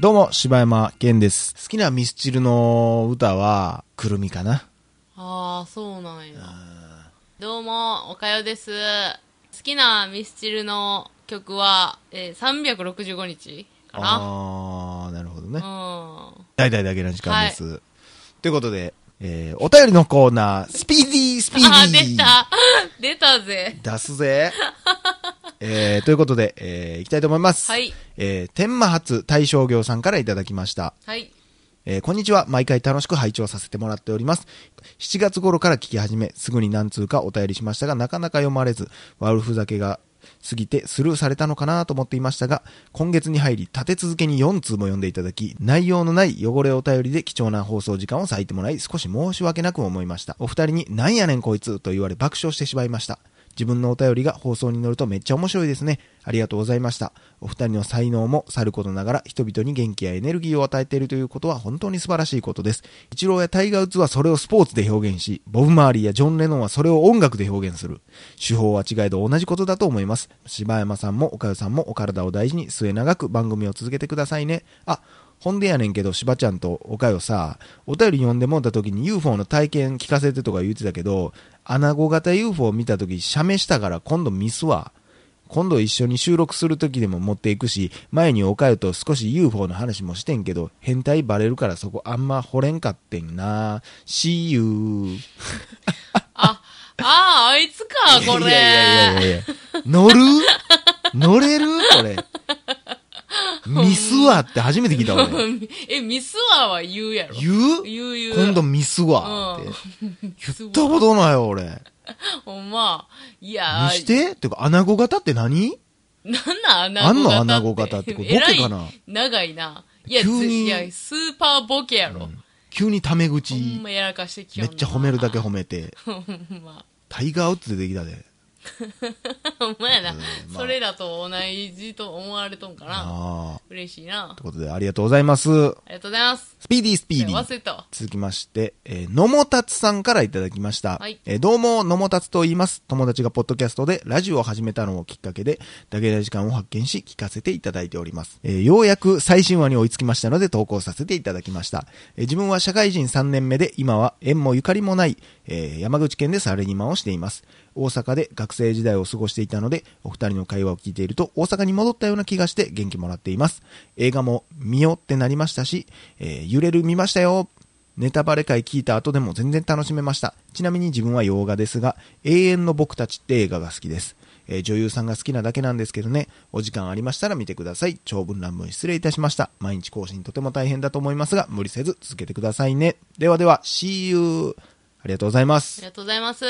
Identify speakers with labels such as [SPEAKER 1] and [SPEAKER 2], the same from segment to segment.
[SPEAKER 1] どうも、柴山健です。好きなミスチルの歌は、くるみかな。
[SPEAKER 2] ああ、そうなんや。どうも、おかよです。好きなミスチルの曲は、えー、365日かな
[SPEAKER 1] あー、なるほど
[SPEAKER 2] う
[SPEAKER 1] ね
[SPEAKER 2] ん。。は
[SPEAKER 1] 大々だけの時間です。ということで、えー、お便りのコーナー、スピーディースピーディー
[SPEAKER 2] あー、出た 出たぜ
[SPEAKER 1] 出すぜ。えー、ということで、えー、いきたいと思います。
[SPEAKER 2] はい。
[SPEAKER 1] えー、天満発大商業さんからいただきました。
[SPEAKER 2] はい。
[SPEAKER 1] えーこんにちは。毎回楽しく拝聴させてもらっております。7月頃から聞き始め、すぐに何通かお便りしましたが、なかなか読まれず、悪ふざけが過ぎてスルーされたのかなと思っていましたが、今月に入り、立て続けに4通も読んでいただき、内容のない汚れお便りで貴重な放送時間を割いてもらい、少し申し訳なく思いました。お二人に、なんやねんこいつと言われ爆笑してしまいました。自分のお便りが放送に乗るとめっちゃ面白いですね。ありがとうございました。お二人の才能もさることながら人々に元気やエネルギーを与えているということは本当に素晴らしいことです。イチローやタイガー・ウッズはそれをスポーツで表現し、ボブ・マーリーやジョン・レノンはそれを音楽で表現する。手法は違えど同じことだと思います。柴山さんも岡代さんもお体を大事に末永く番組を続けてくださいね。あ、ほんでやねんけど、しばちゃんとおかよさ、お便り読んでもうた時に UFO の体験聞かせてとか言ってたけど、アナゴ型 UFO 見た時、写メしたから今度ミスは。今度一緒に収録する時でも持っていくし、前におかよと少し UFO の話もしてんけど、変態バレるからそこあんま惚れんかってんな。See you.
[SPEAKER 2] あ、あー、あいつか、これ。
[SPEAKER 1] いやいやいやいや乗る乗れるこれ。ミスはって初めて聞いた俺。
[SPEAKER 2] え、ミスワーは言うやろ。
[SPEAKER 1] 言う
[SPEAKER 2] 言う言う
[SPEAKER 1] 今度ミスはって。
[SPEAKER 2] 言
[SPEAKER 1] 言ったことないよ、俺。
[SPEAKER 2] ほんま。いや
[SPEAKER 1] にしてってか、アナゴ型って何
[SPEAKER 2] なんなん穴子型って。
[SPEAKER 1] あんの穴子型ってこれボケかな
[SPEAKER 2] えらい長いな。いや、
[SPEAKER 1] 急
[SPEAKER 2] ず
[SPEAKER 1] に
[SPEAKER 2] いや、スーパーボケやろ。
[SPEAKER 1] 急にタメ
[SPEAKER 2] ほん
[SPEAKER 1] 口。
[SPEAKER 2] まやらかしてき
[SPEAKER 1] め
[SPEAKER 2] よん
[SPEAKER 1] っ
[SPEAKER 2] な
[SPEAKER 1] ちゃ褒めるだけ褒めて。
[SPEAKER 2] ほんま。
[SPEAKER 1] タイガーウッズ出てきたで。
[SPEAKER 2] ほんまやな。
[SPEAKER 1] んまあ
[SPEAKER 2] それらと同じと思われとんかな。
[SPEAKER 1] ああ。
[SPEAKER 2] 嬉しいな
[SPEAKER 1] と。いうことで、ありがとうございます。ス
[SPEAKER 2] ありがとうございます。
[SPEAKER 1] ピーディースピーディー。
[SPEAKER 2] 忘れたわ。
[SPEAKER 1] 続きまして、えー、野茂達さんからいただきました。
[SPEAKER 2] はい
[SPEAKER 1] えーどうも、野茂達と言います。友達がポッドキャストでラジオを始めたのをきっかけで、だけな時間を発見し、聞かせていただいております。えーようやく最新話に追いつきましたので、投稿させていただきました。えー自分は社会人3年目で、今は縁もゆかりもない、えー山口県でサラリーマンをしています。大阪で学生時代を過ごしていたので、お二人の会話を聞いていると、大阪に戻ったような気がして元気もらっています。映画も見よってなりましたし、えー揺れる見ましたよ。ネタバレ会聞いた後でも全然楽しめました。ちなみに自分は洋画ですが、永遠の僕たちって映画が好きです。えー女優さんが好きなだけなんですけどね、お時間ありましたら見てください。長文乱文失礼いたしました。毎日更新とても大変だと思いますが、無理せず続けてくださいね。ではでは、See you! ありがとうございま
[SPEAKER 2] あり
[SPEAKER 1] す。
[SPEAKER 2] がとうございます。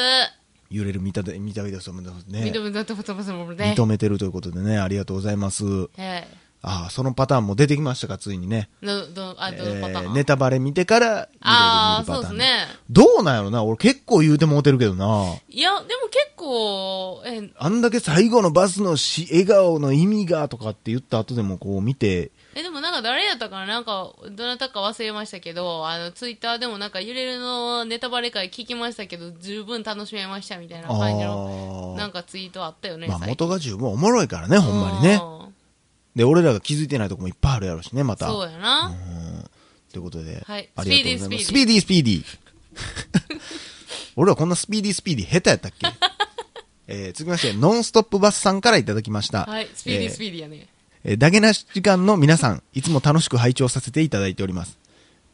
[SPEAKER 1] 揺れる見たで、見た目です。ね
[SPEAKER 2] 認めたとばとばとばね。
[SPEAKER 1] 認めてるということでね、ありがとうございます。
[SPEAKER 2] はい。
[SPEAKER 1] ああ、そのパターンも出てきましたか、ついにね。
[SPEAKER 2] ど、ど、あ、どのパタ
[SPEAKER 1] え
[SPEAKER 2] ー
[SPEAKER 1] ー
[SPEAKER 2] ン、
[SPEAKER 1] ネタバレ見てから、揺れる見るパ
[SPEAKER 2] ああ、
[SPEAKER 1] ターン
[SPEAKER 2] そうですね。
[SPEAKER 1] どうなんやろな俺結構言うてもうてるけどない
[SPEAKER 2] や、でも結構、え、
[SPEAKER 1] あんだけ最後のバスのし笑顔の意味がとかって言った後でもこう見て、
[SPEAKER 2] え、でもなんか誰やったかななんか、どなたか忘れましたけど、あの、ツイッターでもなんか、揺れるのネタバレ会聞きましたけど、十分楽しめましたみたいな感じ
[SPEAKER 1] あ
[SPEAKER 2] の
[SPEAKER 1] ー、
[SPEAKER 2] なんかツイートあったよね。
[SPEAKER 1] まあ
[SPEAKER 2] 最近
[SPEAKER 1] 元が十分おもろいからね、ほんまにね。
[SPEAKER 2] うん
[SPEAKER 1] で、俺らが気づいてないとこもいっぱいあるやろしね、また。
[SPEAKER 2] そうやな。
[SPEAKER 1] ということで、
[SPEAKER 2] はい
[SPEAKER 1] ありがとうございます。ス
[SPEAKER 2] ス
[SPEAKER 1] ピ
[SPEAKER 2] ピ
[SPEAKER 1] ーディースピーディー。俺らこんなスピーディースピーディー下手やったっ けえー、続きまして、ノンストップバスさんからいただきました。
[SPEAKER 2] はい、スピーディ
[SPEAKER 1] え
[SPEAKER 2] ースピーディーやね。
[SPEAKER 1] えーダゲなし時間の皆さん、いつも楽しく拝聴させていただいております。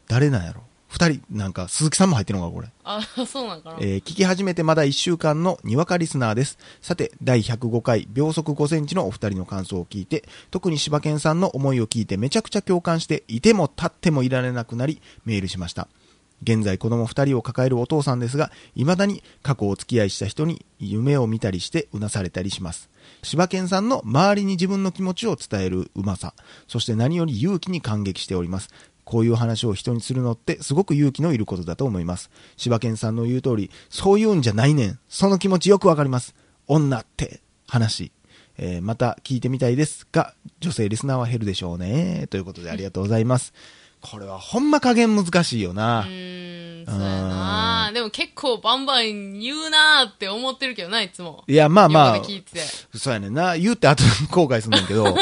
[SPEAKER 1] 誰なんやろ二人、なんか、鈴木さんも入ってるのか、これ。
[SPEAKER 2] あ、 そうなんかな。
[SPEAKER 1] えー聞き始めてまだ1週間のにわかリスナーです。さて、第105回、秒速5センチのお二人の感想を聞いて、特に柴犬さんの思いを聞いてめちゃくちゃ共感して、いても立ってもいられなくなり、メールしました。現在子供二人を抱えるお父さんですが、未だに過去お付き合いした人に夢を見たりしてうなされたりします。柴犬さんの周りに自分の気持ちを伝えるうまさ、そして何より勇気に感激しております。こういう話を人にするのってすごく勇気のいることだと思います。柴犬さんの言う通り、そういうんじゃないねん。その気持ちよくわかります。女って話。えーまた聞いてみたいですが、女性リスナーは減るでしょうね。ということでありがとうございます。これはほんま加減難しいよ
[SPEAKER 2] う
[SPEAKER 1] な。
[SPEAKER 2] ーん、そうやなでも結構バンバン言うなーって思ってるけどな、いつも。
[SPEAKER 1] いや、まあまあ
[SPEAKER 2] 横で聞いて、
[SPEAKER 1] そうやねんな。言うて後で後悔すんねんけ ど。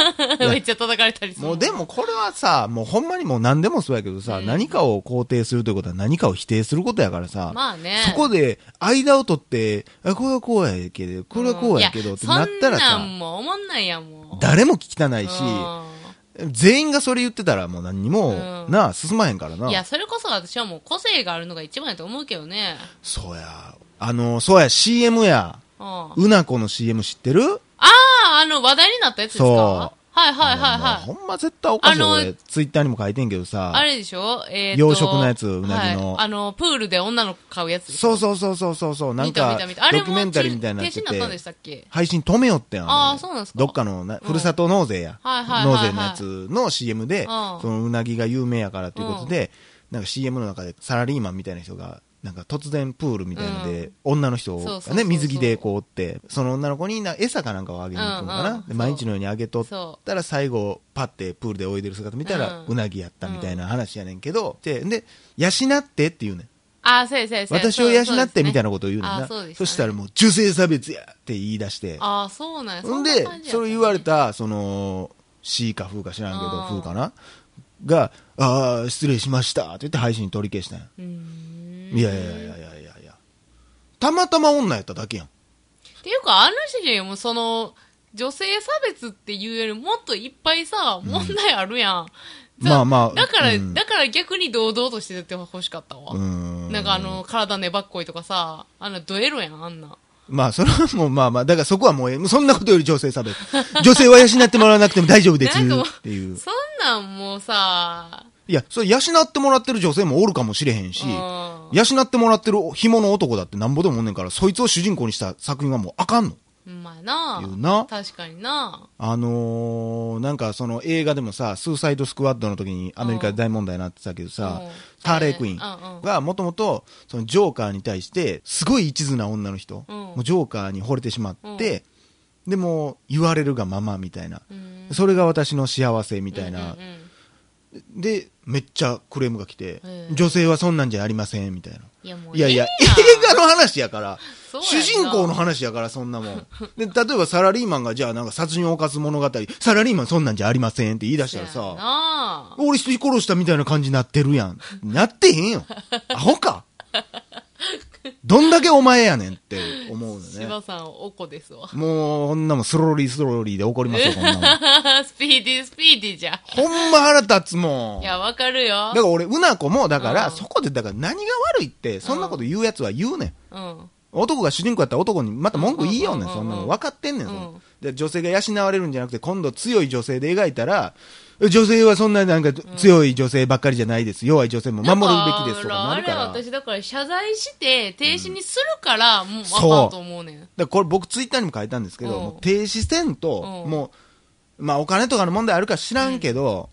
[SPEAKER 2] めっちゃ叩かれたりする。
[SPEAKER 1] もうでもこれはさ、もうほんまにもう何でもそうやけどさ、
[SPEAKER 2] うん
[SPEAKER 1] 何かを肯定するということは何かを否定することやからさ、
[SPEAKER 2] まあね。
[SPEAKER 1] そこで間を取って、あこれはこうやけど、これはこうやけどってなったら
[SPEAKER 2] いやそ
[SPEAKER 1] さ
[SPEAKER 2] ん、なんも思んないやん、もう。
[SPEAKER 1] 誰も聞きたないし、
[SPEAKER 2] う
[SPEAKER 1] 全員がそれ言ってたらもう何にも、
[SPEAKER 2] うん
[SPEAKER 1] なあ、進まへんから
[SPEAKER 2] ん。
[SPEAKER 1] ない
[SPEAKER 2] や、それこそ私はもう個性があるのが一番やと思うけどね。
[SPEAKER 1] そうや。あの、そうや、CM や。
[SPEAKER 2] うん。あ
[SPEAKER 1] うなこの CM 知ってる
[SPEAKER 2] あ、あの話題になったやつですか
[SPEAKER 1] そう
[SPEAKER 2] はいはいはい
[SPEAKER 1] あの
[SPEAKER 2] はい。
[SPEAKER 1] もうほんま絶対おかしいよ。
[SPEAKER 2] あの
[SPEAKER 1] 俺、ツイッターにも書いてんけどさ。
[SPEAKER 2] あれでしょえーと
[SPEAKER 1] 養殖のやつうなぎの
[SPEAKER 2] はいあの、プールで女の子買うやつでしょ
[SPEAKER 1] そうそうそうそうそうそう、なん
[SPEAKER 2] 見た
[SPEAKER 1] か
[SPEAKER 2] 見た見た。あ、れ
[SPEAKER 1] ドキ
[SPEAKER 2] も
[SPEAKER 1] ュメンタリーみたいになって
[SPEAKER 2] 停止になったん
[SPEAKER 1] て
[SPEAKER 2] でし。たっけ
[SPEAKER 1] 配信止めよってん
[SPEAKER 2] あーそうなんすか
[SPEAKER 1] どっかのな、
[SPEAKER 2] うん
[SPEAKER 1] ふるさと納税や。
[SPEAKER 2] はいはいはいはい
[SPEAKER 1] 納税のやつの CM で、
[SPEAKER 2] うん
[SPEAKER 1] そのうなぎが有名やからということで、なんか CM の中でサラリーマンみたいな人が、なんか突然プールみたいので、女の人
[SPEAKER 2] そうそう
[SPEAKER 1] が
[SPEAKER 2] そうそ
[SPEAKER 1] ね、
[SPEAKER 2] う
[SPEAKER 1] 水着でこうおって、その女の子にな餌かなんかをあげに行くのかな、
[SPEAKER 2] うんうん
[SPEAKER 1] で毎日のようにあげとっ
[SPEAKER 2] そ
[SPEAKER 1] たら最後、パってプールで泳いでる姿見たら、
[SPEAKER 2] う
[SPEAKER 1] うんなぎやったみたいな話やねんけど、で、で、養ってって言うねん。
[SPEAKER 2] ああ、そうやそうやそうや
[SPEAKER 1] 私を養ってみたいな
[SPEAKER 2] な。
[SPEAKER 1] ことを言うねん
[SPEAKER 2] あ
[SPEAKER 1] な。
[SPEAKER 2] そうでしたね
[SPEAKER 1] そしたらもう、女性差別やって言い出して。
[SPEAKER 2] ああ、そうなんや。
[SPEAKER 1] ほん
[SPEAKER 2] な感
[SPEAKER 1] で
[SPEAKER 2] じやったね、
[SPEAKER 1] それ言われ。た、その、C か風か知らんけ
[SPEAKER 2] あ
[SPEAKER 1] ど、
[SPEAKER 2] ー
[SPEAKER 1] 風かなが、ああ、失礼しましたって言って配信取り消したんや。
[SPEAKER 2] うーん。
[SPEAKER 1] いやいやいやいやいやいや。たまたま女やっただけやん。
[SPEAKER 2] っていうか、あの人にはもうその、女性差別っていうよりもっといっぱいさ、問題あるやん。じ ゃ
[SPEAKER 1] まあまあ
[SPEAKER 2] だから、
[SPEAKER 1] うん
[SPEAKER 2] だから逆に堂々としててほしかったわ。
[SPEAKER 1] うーん。
[SPEAKER 2] なんかあの、体ねばっこいとかさ、あの、ドエロやん、あんな。
[SPEAKER 1] まあ、それはもう、まあまあ、だからそこはもうええ、そんなことより女性差別。女性は養ってもらわなくても大丈夫です。
[SPEAKER 2] なんかもう
[SPEAKER 1] っていう。
[SPEAKER 2] そんなんもうさ、
[SPEAKER 1] いや、それ養ってもらってる女性もおるかもしれへんし、
[SPEAKER 2] うん
[SPEAKER 1] 養ってもらってる紐の男だってなんぼでもおんねんから、そいつを主人公にした作品はもうあかんの。
[SPEAKER 2] ほんまやな
[SPEAKER 1] 言うな
[SPEAKER 2] 確かにな
[SPEAKER 1] あのー、なんかその映画でもさ、スーサイドスクワッドの時にアメリカで大問題になってたけどさ
[SPEAKER 2] うん、
[SPEAKER 1] ターレークイン
[SPEAKER 2] うんうん
[SPEAKER 1] がもともと、そのジョーカーに対して、すごい一途な女の人、
[SPEAKER 2] うん
[SPEAKER 1] もうジョーカーに惚れてしまって、でもう言われるがままみたいな、
[SPEAKER 2] うん
[SPEAKER 1] それが私の幸せみたいな
[SPEAKER 2] うん、うん
[SPEAKER 1] で、めっちゃクレームが来て
[SPEAKER 2] へ、え
[SPEAKER 1] 女性はそんなんじゃありませんみたいな。
[SPEAKER 2] いやもう
[SPEAKER 1] いやいや、映画の話やから、
[SPEAKER 2] そうやん
[SPEAKER 1] 主人
[SPEAKER 2] な
[SPEAKER 1] 公の話やから、そんなもん。で、例えばサラリーマンが、じゃあなんか殺人を犯す物語、サラリーマンそんなんじゃありませんって言い出したら
[SPEAKER 2] そうや
[SPEAKER 1] さ、
[SPEAKER 2] な
[SPEAKER 1] 俺人殺したみたいな感じになってるやん。なってへんよ。アホか。どんだけお前やねんって思うのね。
[SPEAKER 2] 柴さんおこですわ
[SPEAKER 1] もう、こんなもんスローリースローリーで怒ります よ、こんなもん。
[SPEAKER 2] スピーディースピーディーじゃ
[SPEAKER 1] ほんま腹立つもん。
[SPEAKER 2] いやわかるよ
[SPEAKER 1] だから俺、うなこも、だから、
[SPEAKER 2] うん
[SPEAKER 1] そこで、だから何が悪いって、そんなこと言うやつは言うねん。
[SPEAKER 2] うん
[SPEAKER 1] 男が主人公やったら男にまた文句言いようねん、
[SPEAKER 2] うんうん
[SPEAKER 1] そ
[SPEAKER 2] うん
[SPEAKER 1] ん
[SPEAKER 2] うん
[SPEAKER 1] なの。分かってんねん、その
[SPEAKER 2] うん
[SPEAKER 1] で、女性が養われるんじゃなくて、今度強い女性で描いたら、え女性はそんななんか強い女性ばっかりじゃないです。弱い女性も守るべきですとかなるから。だ
[SPEAKER 2] だあ
[SPEAKER 1] か
[SPEAKER 2] れ私だから謝罪して停止にするから、もうあ
[SPEAKER 1] そう
[SPEAKER 2] かんと思うねん
[SPEAKER 1] らこれ僕ツイッターにも書いたんですけど、
[SPEAKER 2] うん
[SPEAKER 1] もう停止せんと、
[SPEAKER 2] うん
[SPEAKER 1] もう、まあお金とかの問題あるか知らんけど、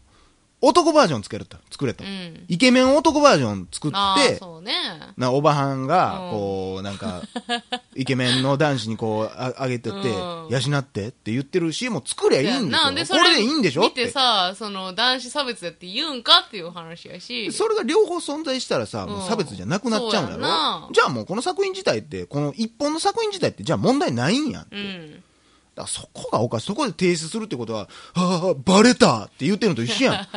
[SPEAKER 1] 男バージョンつけると、作れと。
[SPEAKER 2] うん
[SPEAKER 1] イケメン男バージョン作っ
[SPEAKER 2] ああ
[SPEAKER 1] て、
[SPEAKER 2] そうね
[SPEAKER 1] な、おばはんが
[SPEAKER 2] う、ん
[SPEAKER 1] こう、なんか、 イケメンの男子にこう、ああげてって、
[SPEAKER 2] うん
[SPEAKER 1] 養ってって言ってる CM を作りゃいいん
[SPEAKER 2] なん
[SPEAKER 1] で
[SPEAKER 2] ですそ
[SPEAKER 1] よ。
[SPEAKER 2] れ
[SPEAKER 1] これでいいんでしょっ
[SPEAKER 2] 見て
[SPEAKER 1] て。
[SPEAKER 2] さその男子差別だって言うんかっていう話やし
[SPEAKER 1] それが両方存在したらさ、もう差別じゃなくなっちゃうんだろ
[SPEAKER 2] そうやんな
[SPEAKER 1] じゃあもうこの作品自体って、この一本の作品自体って、じゃあ問題ないんやん。だ
[SPEAKER 2] う
[SPEAKER 1] か
[SPEAKER 2] ん
[SPEAKER 1] らそこがおかしい。そこで停止するってことは、ああ、バレたって言ってるのと一緒 やん。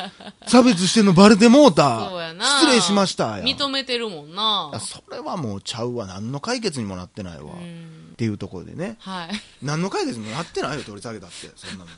[SPEAKER 1] 差別してんのバレてもうた。
[SPEAKER 2] そうやな
[SPEAKER 1] 失礼しましたやん。
[SPEAKER 2] 認めてるもんな
[SPEAKER 1] あそれはもうちゃうわ。何の解決にもなってないわ。
[SPEAKER 2] うん
[SPEAKER 1] っていうところでね。
[SPEAKER 2] はい
[SPEAKER 1] 何の解決もやってないよ、取り下げたって。そんなの。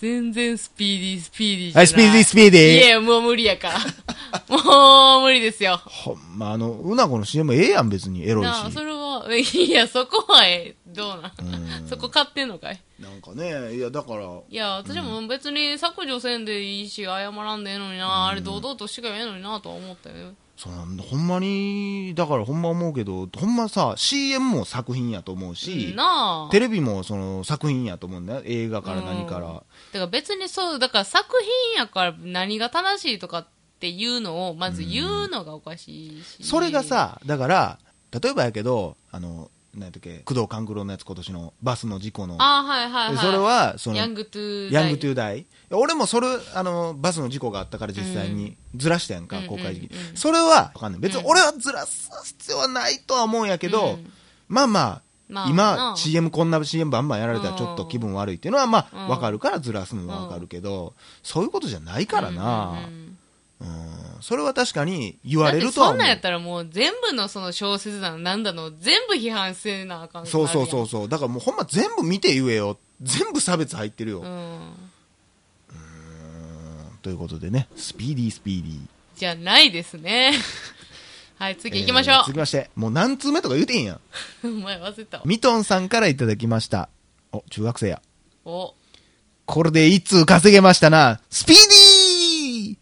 [SPEAKER 2] 全然スピーディースピーディーじ
[SPEAKER 1] は
[SPEAKER 2] ゃない
[SPEAKER 1] い、スピーディースピー
[SPEAKER 2] いやい
[SPEAKER 1] ディー。
[SPEAKER 2] や、もう無理やから。 もう無理ですよ。
[SPEAKER 1] ほんま、あの、うなこの CM ええやん、別に。エロいし
[SPEAKER 2] なあ、。それは、いや、そこは、えどうなんそこ買ってんのかい
[SPEAKER 1] なんかね、いや、だから、
[SPEAKER 2] いや、私も別に削除せんでいいし、謝らんでええのにな、あれ堂々としてけばええのになとは思ったよ。
[SPEAKER 1] そのほんまに、だからほんま思うけど、ほんまさ、CM も作品やと思うし、
[SPEAKER 2] なあ。
[SPEAKER 1] テレビもその作品やと思うんだよ。映画から何か
[SPEAKER 2] うんだ
[SPEAKER 1] ら。
[SPEAKER 2] から別にそう、だから作品やから何が正しいとかっていうのを、まず言うのがおかしいし。
[SPEAKER 1] それが、さ、だから、例えばやけど、あの、何やったっけ工藤官九郎のやつ今年のバスの事故の
[SPEAKER 2] あーはいはいはい
[SPEAKER 1] でそれはその
[SPEAKER 2] ヤングトゥー
[SPEAKER 1] ヤングトゥ
[SPEAKER 2] ー
[SPEAKER 1] ーダイ俺もそれあのバスの事故があったから実際にずらしたやんか、
[SPEAKER 2] うん
[SPEAKER 1] 公開時期に、
[SPEAKER 2] うんうんうん
[SPEAKER 1] それはわかんない別に
[SPEAKER 2] うん
[SPEAKER 1] 俺はずらす必要はないとは思うんやけど、
[SPEAKER 2] うん
[SPEAKER 1] まあまあ、
[SPEAKER 2] まあな
[SPEAKER 1] 今
[SPEAKER 2] あ
[SPEAKER 1] CM こんな CM バンバンやられたらちょっと気分悪いっていうのはまあ
[SPEAKER 2] うん
[SPEAKER 1] わかるからずらすのはわかるけど、そういうことじゃないからな、うんそれは確かに言わ
[SPEAKER 2] だっ
[SPEAKER 1] れ
[SPEAKER 2] て
[SPEAKER 1] るとは
[SPEAKER 2] そ
[SPEAKER 1] 思
[SPEAKER 2] ん
[SPEAKER 1] う
[SPEAKER 2] なんやったらもう全部のその小説だのなんだの全部批判せなあかん
[SPEAKER 1] そうそうそううそうだからもうほんま全部見て言えよ全部差別入ってるよ、
[SPEAKER 2] うん
[SPEAKER 1] ということでねスピーディースピーディー
[SPEAKER 2] じゃないですね はい次行きましょ
[SPEAKER 1] え
[SPEAKER 2] う
[SPEAKER 1] ー、続きましてもう何通目とか言うていいんや
[SPEAKER 2] お前忘れたわ
[SPEAKER 1] ミトンさんからいただきましたお中学生や
[SPEAKER 2] お
[SPEAKER 1] これで一通稼げましたなスピーディー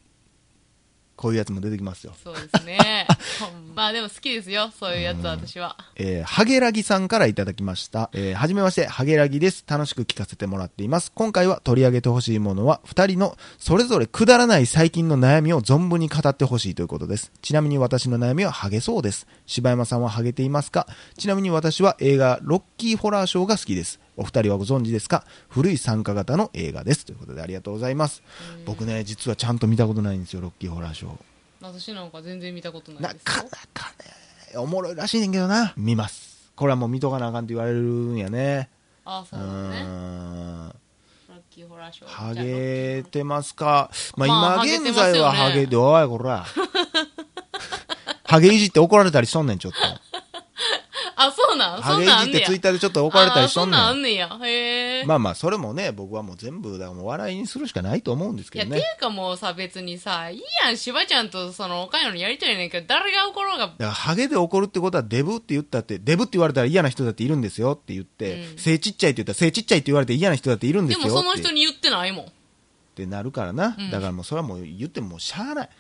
[SPEAKER 1] こういうやつも出てきますよ
[SPEAKER 2] そうです ねほんまあでも好きですよそういうやつは私は
[SPEAKER 1] えーハゲラギさんからいただきました。えーはじめまして、ハゲラギです。楽しく聞かせてもらっています。今回は取り上げてほしいものは、二人のそれぞれくだらない最近の悩みを存分に語ってほしいということです。ちなみに私の悩みはハゲそうです。柴山さんはハゲていますかちなみに私は映画、ロッキーホラーショーが好きです。お二人はご存知ですか古い参加型の映画です。ということでありがとうございます。僕ね、実はちゃんと見たことないんですよ、ロッキーホラーショー。
[SPEAKER 2] 私なんか全然見たことな
[SPEAKER 1] ない
[SPEAKER 2] です
[SPEAKER 1] か
[SPEAKER 2] よ
[SPEAKER 1] なかね、おもろいらしいねんけどな。見ます。これはもう見とかなあかんって言われるんやね。
[SPEAKER 2] あそう
[SPEAKER 1] う
[SPEAKER 2] なんですね
[SPEAKER 1] ーん。
[SPEAKER 2] ラッキーホラーショー
[SPEAKER 1] ハ
[SPEAKER 2] じゃあロッキ
[SPEAKER 1] ゲ
[SPEAKER 2] ー
[SPEAKER 1] てますか。ま
[SPEAKER 2] まあ
[SPEAKER 1] あ今
[SPEAKER 2] ハゲて
[SPEAKER 1] 現
[SPEAKER 2] ます
[SPEAKER 1] 在
[SPEAKER 2] よ
[SPEAKER 1] は
[SPEAKER 2] ね
[SPEAKER 1] ハゲで、おいこら。 ハゲいじって怒られたりしとんねん、 ちょっと。
[SPEAKER 2] あそうなん
[SPEAKER 1] ハ
[SPEAKER 2] そん
[SPEAKER 1] ゲい
[SPEAKER 2] なんあ
[SPEAKER 1] じ
[SPEAKER 2] ん
[SPEAKER 1] っ
[SPEAKER 2] ね
[SPEAKER 1] て
[SPEAKER 2] や
[SPEAKER 1] ツイッターでちょっと怒られたりしとんね
[SPEAKER 2] あーそんなんあ
[SPEAKER 1] ん。
[SPEAKER 2] んねやへえ
[SPEAKER 1] まあまあ、それもね、僕はもう全部、だからもう笑いにするしかないと思うんです
[SPEAKER 2] い
[SPEAKER 1] け
[SPEAKER 2] や、
[SPEAKER 1] ど
[SPEAKER 2] て
[SPEAKER 1] ね。
[SPEAKER 2] いうかもうさ、別にさ、いいやん、しばちゃんとその、おかよのやりとりやねんけど、誰が怒ろうが、
[SPEAKER 1] だからハゲで怒るってことはデブって言ったってデブって言われたら嫌な人だっているんですよって言って、
[SPEAKER 2] うん
[SPEAKER 1] 背ちっちゃいって言ったら背ちっちゃいって言われて嫌な人だっているんで
[SPEAKER 2] です
[SPEAKER 1] よ
[SPEAKER 2] もその
[SPEAKER 1] って
[SPEAKER 2] 人に言ってないもん。
[SPEAKER 1] ってなるからな、
[SPEAKER 2] うん
[SPEAKER 1] だからもうそれはもう言ってももうしゃあない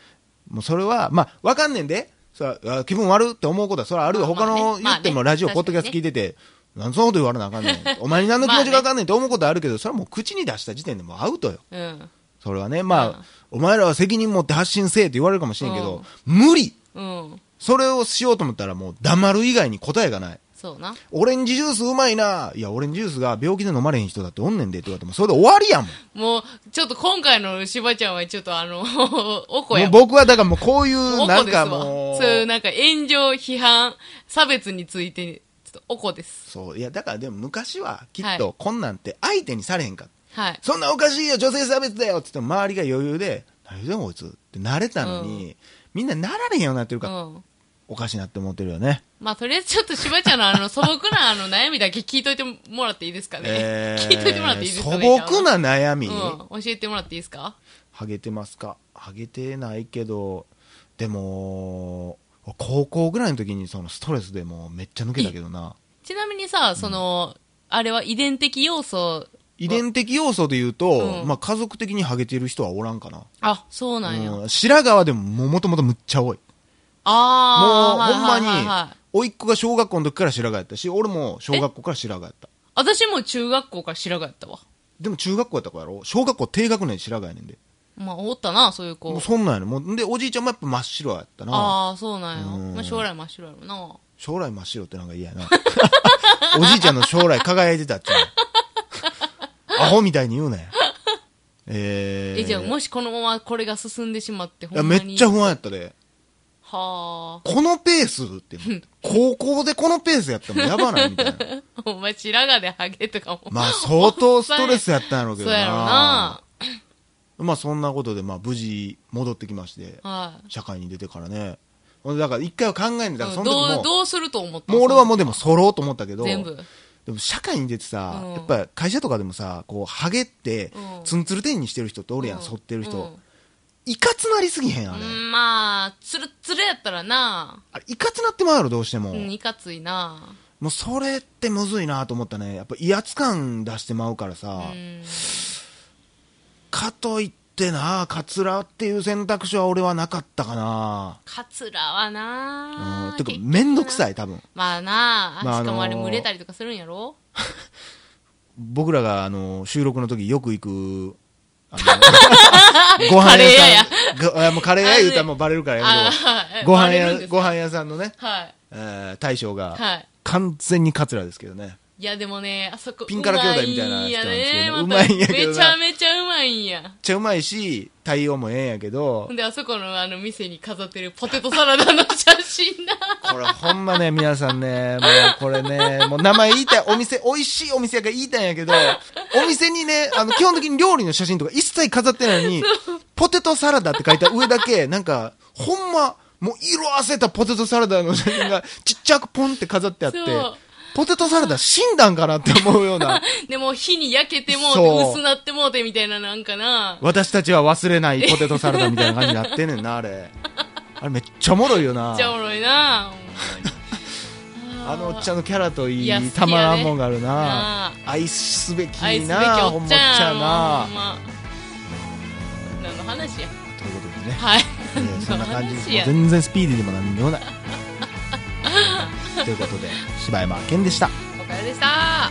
[SPEAKER 1] もうそれはまあわかんねんでそれはあ気分悪って思うことはそれはあるよ、
[SPEAKER 2] まあまあね
[SPEAKER 1] 他の
[SPEAKER 2] まあ
[SPEAKER 1] 言
[SPEAKER 2] ね
[SPEAKER 1] ってもラジオ、ポ
[SPEAKER 2] 確か
[SPEAKER 1] ッ
[SPEAKER 2] に
[SPEAKER 1] ドキャス
[SPEAKER 2] ね
[SPEAKER 1] ト聞いててなんそのこと言われなあかんねん お前に何の気持ちがわかんねんって思うことはあるけどそれはもう口に出した時点でもうアウトよ
[SPEAKER 2] うん。
[SPEAKER 1] それはねまあ、お前らは責任持って発信せえって言われるかもしれんけど、無理
[SPEAKER 2] うん。
[SPEAKER 1] それをしようと思ったらもう黙る以外に答えがない
[SPEAKER 2] そうな。
[SPEAKER 1] オレンジジュースうまいないやオレンジジュースが病気で飲まれへん人だっておんねんでって言われてもそれで終わりやもん
[SPEAKER 2] もう、ちょっと今回のしばちゃんは、ちょっとあの、 おこ
[SPEAKER 1] も
[SPEAKER 2] や
[SPEAKER 1] う
[SPEAKER 2] もん。
[SPEAKER 1] 僕はだからもうこういう
[SPEAKER 2] お
[SPEAKER 1] な
[SPEAKER 2] こ
[SPEAKER 1] ん
[SPEAKER 2] です
[SPEAKER 1] か
[SPEAKER 2] わ。
[SPEAKER 1] もう
[SPEAKER 2] そういうなんか炎上、批判、差別について、ちょっとおこです。
[SPEAKER 1] そういやだからでも昔はきっ
[SPEAKER 2] は
[SPEAKER 1] とこんなんって相手にされへんかった、
[SPEAKER 2] はい。
[SPEAKER 1] そんなおかしいよ女性差別だよって言っても周りが余裕で何言うてんのこいつって慣れたのに、みんななられへんようになってる
[SPEAKER 2] う
[SPEAKER 1] から、
[SPEAKER 2] ん。
[SPEAKER 1] おかしいなって思ってるよね
[SPEAKER 2] まあ、とりあえずちょっとしばちゃんのあの、素朴なあの、悩みだけ聞いといてもらっていいですかね。
[SPEAKER 1] えー
[SPEAKER 2] 聞いといてもらっていいですかね。
[SPEAKER 1] 素朴な悩み、
[SPEAKER 2] うん。教えてもらっていいですか
[SPEAKER 1] ハゲてますかハゲてないけどでも高校ぐらいの時にそのストレスでもうめっちゃ抜けたけどな
[SPEAKER 2] ちなみにさ、その、あれは遺伝的要素、
[SPEAKER 1] 遺伝的要素で言うと、
[SPEAKER 2] うん
[SPEAKER 1] まあ、家族的にハゲてる人はおらんかな
[SPEAKER 2] あ、そうなんや。
[SPEAKER 1] うん白川でもももともとむっちゃ多いもう
[SPEAKER 2] あー、
[SPEAKER 1] ほんま
[SPEAKER 2] はいはいはいは
[SPEAKER 1] に
[SPEAKER 2] い
[SPEAKER 1] 甥っ子が小学校の時から白髪やったし俺も小学校から白髪やった
[SPEAKER 2] 私も中学校から白髪やったわ。
[SPEAKER 1] でも中学校やった子やろ小学校低学年白髪やねんで
[SPEAKER 2] まあ、おったな、そういう子。
[SPEAKER 1] もうそんなんやねんもうんでおじいちゃんもやっぱ真っ白やったな
[SPEAKER 2] あー、そうなんや。
[SPEAKER 1] うん
[SPEAKER 2] まあ、将来真っ白やろな。
[SPEAKER 1] 将来真っ白ってなんか嫌やな おじいちゃんの将来輝いてたっちゅうのアホみたいに言うなよえー、
[SPEAKER 2] え、じゃあ、もしこのままこれが進んでしまって、
[SPEAKER 1] い
[SPEAKER 2] ほ
[SPEAKER 1] や
[SPEAKER 2] ん
[SPEAKER 1] め
[SPEAKER 2] ま
[SPEAKER 1] っ
[SPEAKER 2] に。
[SPEAKER 1] ちゃ不安やったで
[SPEAKER 2] は
[SPEAKER 1] こ のペースって思って高校でこのペースやったもやばないみたいな
[SPEAKER 2] ー。ほんま、白髪でハゲとかも。
[SPEAKER 1] まあ相当ストレスやったんやろうけ
[SPEAKER 2] そう
[SPEAKER 1] どな
[SPEAKER 2] やろな。
[SPEAKER 1] まあそんなことでまあ無事戻ってきまして
[SPEAKER 2] はい。
[SPEAKER 1] 社会に出てからねほんでだから一回は考えんでだからその時
[SPEAKER 2] どう、
[SPEAKER 1] も
[SPEAKER 2] どうすると思った
[SPEAKER 1] もう俺はも
[SPEAKER 2] う、
[SPEAKER 1] うでも揃ろうと思ったけど
[SPEAKER 2] 全部。
[SPEAKER 1] でも社会に出てさ、
[SPEAKER 2] うん
[SPEAKER 1] やっぱ会社とかでもさこうハゲって
[SPEAKER 2] うん
[SPEAKER 1] ツンツルテンにしてる人っておるやん、
[SPEAKER 2] うん
[SPEAKER 1] 剃ってる人、
[SPEAKER 2] うん
[SPEAKER 1] いかつなりすぎへんあ
[SPEAKER 2] う
[SPEAKER 1] れ、
[SPEAKER 2] ん、まあ、つるっつるやったらな。
[SPEAKER 1] あれいかつなってまうやろどうしても、
[SPEAKER 2] うん、いかついな。
[SPEAKER 1] もうそれってむずいなと思ったねやっぱ威圧感出してまうからさ、
[SPEAKER 2] うん
[SPEAKER 1] かといってなカツラっていう選択肢は俺はなかったかな
[SPEAKER 2] カツラはな
[SPEAKER 1] う
[SPEAKER 2] あ
[SPEAKER 1] んてか面倒くさい多分
[SPEAKER 2] まあなあ、
[SPEAKER 1] まああのー
[SPEAKER 2] しかもあれ蒸れたりとかするんやろ
[SPEAKER 1] 僕らがあの収録の時よく行くあの ご
[SPEAKER 2] カ
[SPEAKER 1] 飯
[SPEAKER 2] レー
[SPEAKER 1] 屋
[SPEAKER 2] 屋や
[SPEAKER 1] さんごあもうカレー屋言うたらもうバレるからやめ
[SPEAKER 2] あ
[SPEAKER 1] ろ
[SPEAKER 2] はい
[SPEAKER 1] ご飯
[SPEAKER 2] バレるんで
[SPEAKER 1] 屋
[SPEAKER 2] す
[SPEAKER 1] ご飯屋さんのね、
[SPEAKER 2] はい
[SPEAKER 1] えー大将が
[SPEAKER 2] はい
[SPEAKER 1] 完全にカツラですけどね。
[SPEAKER 2] いやでもね、あそこ、
[SPEAKER 1] ピンカラ兄弟みたいな人なんですけどね
[SPEAKER 2] うまいん
[SPEAKER 1] うま
[SPEAKER 2] や
[SPEAKER 1] いんやけ
[SPEAKER 2] ね。
[SPEAKER 1] どな
[SPEAKER 2] めちゃめちゃうまいんや
[SPEAKER 1] めっ。ちゃうまいし、対応もええんやけ ど
[SPEAKER 2] ほん、で、あそこのあの店に飾ってるポテトサラダの写真な。
[SPEAKER 1] これほんまね、皆さんね、もうこれね、もう名前言いたい、お店、美味しいお店やから言いたいんやけど、お店にね、あの、基本的に料理の写真とか一切飾ってないのに、ポテトサラダって書いた上だけ、なんか、ほんま、もう色あせたポテトサラダの写真がちっちゃくポンって飾ってあって
[SPEAKER 2] そう、
[SPEAKER 1] ポテトサラダ死んだんかなって思うような、
[SPEAKER 2] でも火に焼けてもう
[SPEAKER 1] そう
[SPEAKER 2] て、薄なってもうてみたいななんかな。
[SPEAKER 1] 私たちは忘れないポテトサラダみたいな感じになってんねんな、あれ。あれめっちゃおもろいよな
[SPEAKER 2] めっち。ゃおもろいな。ほんまに
[SPEAKER 1] あのおっちゃんのキャラとい
[SPEAKER 2] いや
[SPEAKER 1] い、
[SPEAKER 2] 好きやね
[SPEAKER 1] たまらんもんがあるな。
[SPEAKER 2] なあ
[SPEAKER 1] 愛すべき
[SPEAKER 2] 愛すべき
[SPEAKER 1] な
[SPEAKER 2] お
[SPEAKER 1] ほんま
[SPEAKER 2] っ
[SPEAKER 1] っち
[SPEAKER 2] ちゃんや
[SPEAKER 1] ゃ
[SPEAKER 2] ろ
[SPEAKER 1] な
[SPEAKER 2] ほんま何の話や
[SPEAKER 1] ということでね、
[SPEAKER 2] はい
[SPEAKER 1] え ーそんな感じ
[SPEAKER 2] 何の話
[SPEAKER 1] で
[SPEAKER 2] や
[SPEAKER 1] 全然スピーディーでも何でもない ということで柴山健でした
[SPEAKER 2] おかえりでした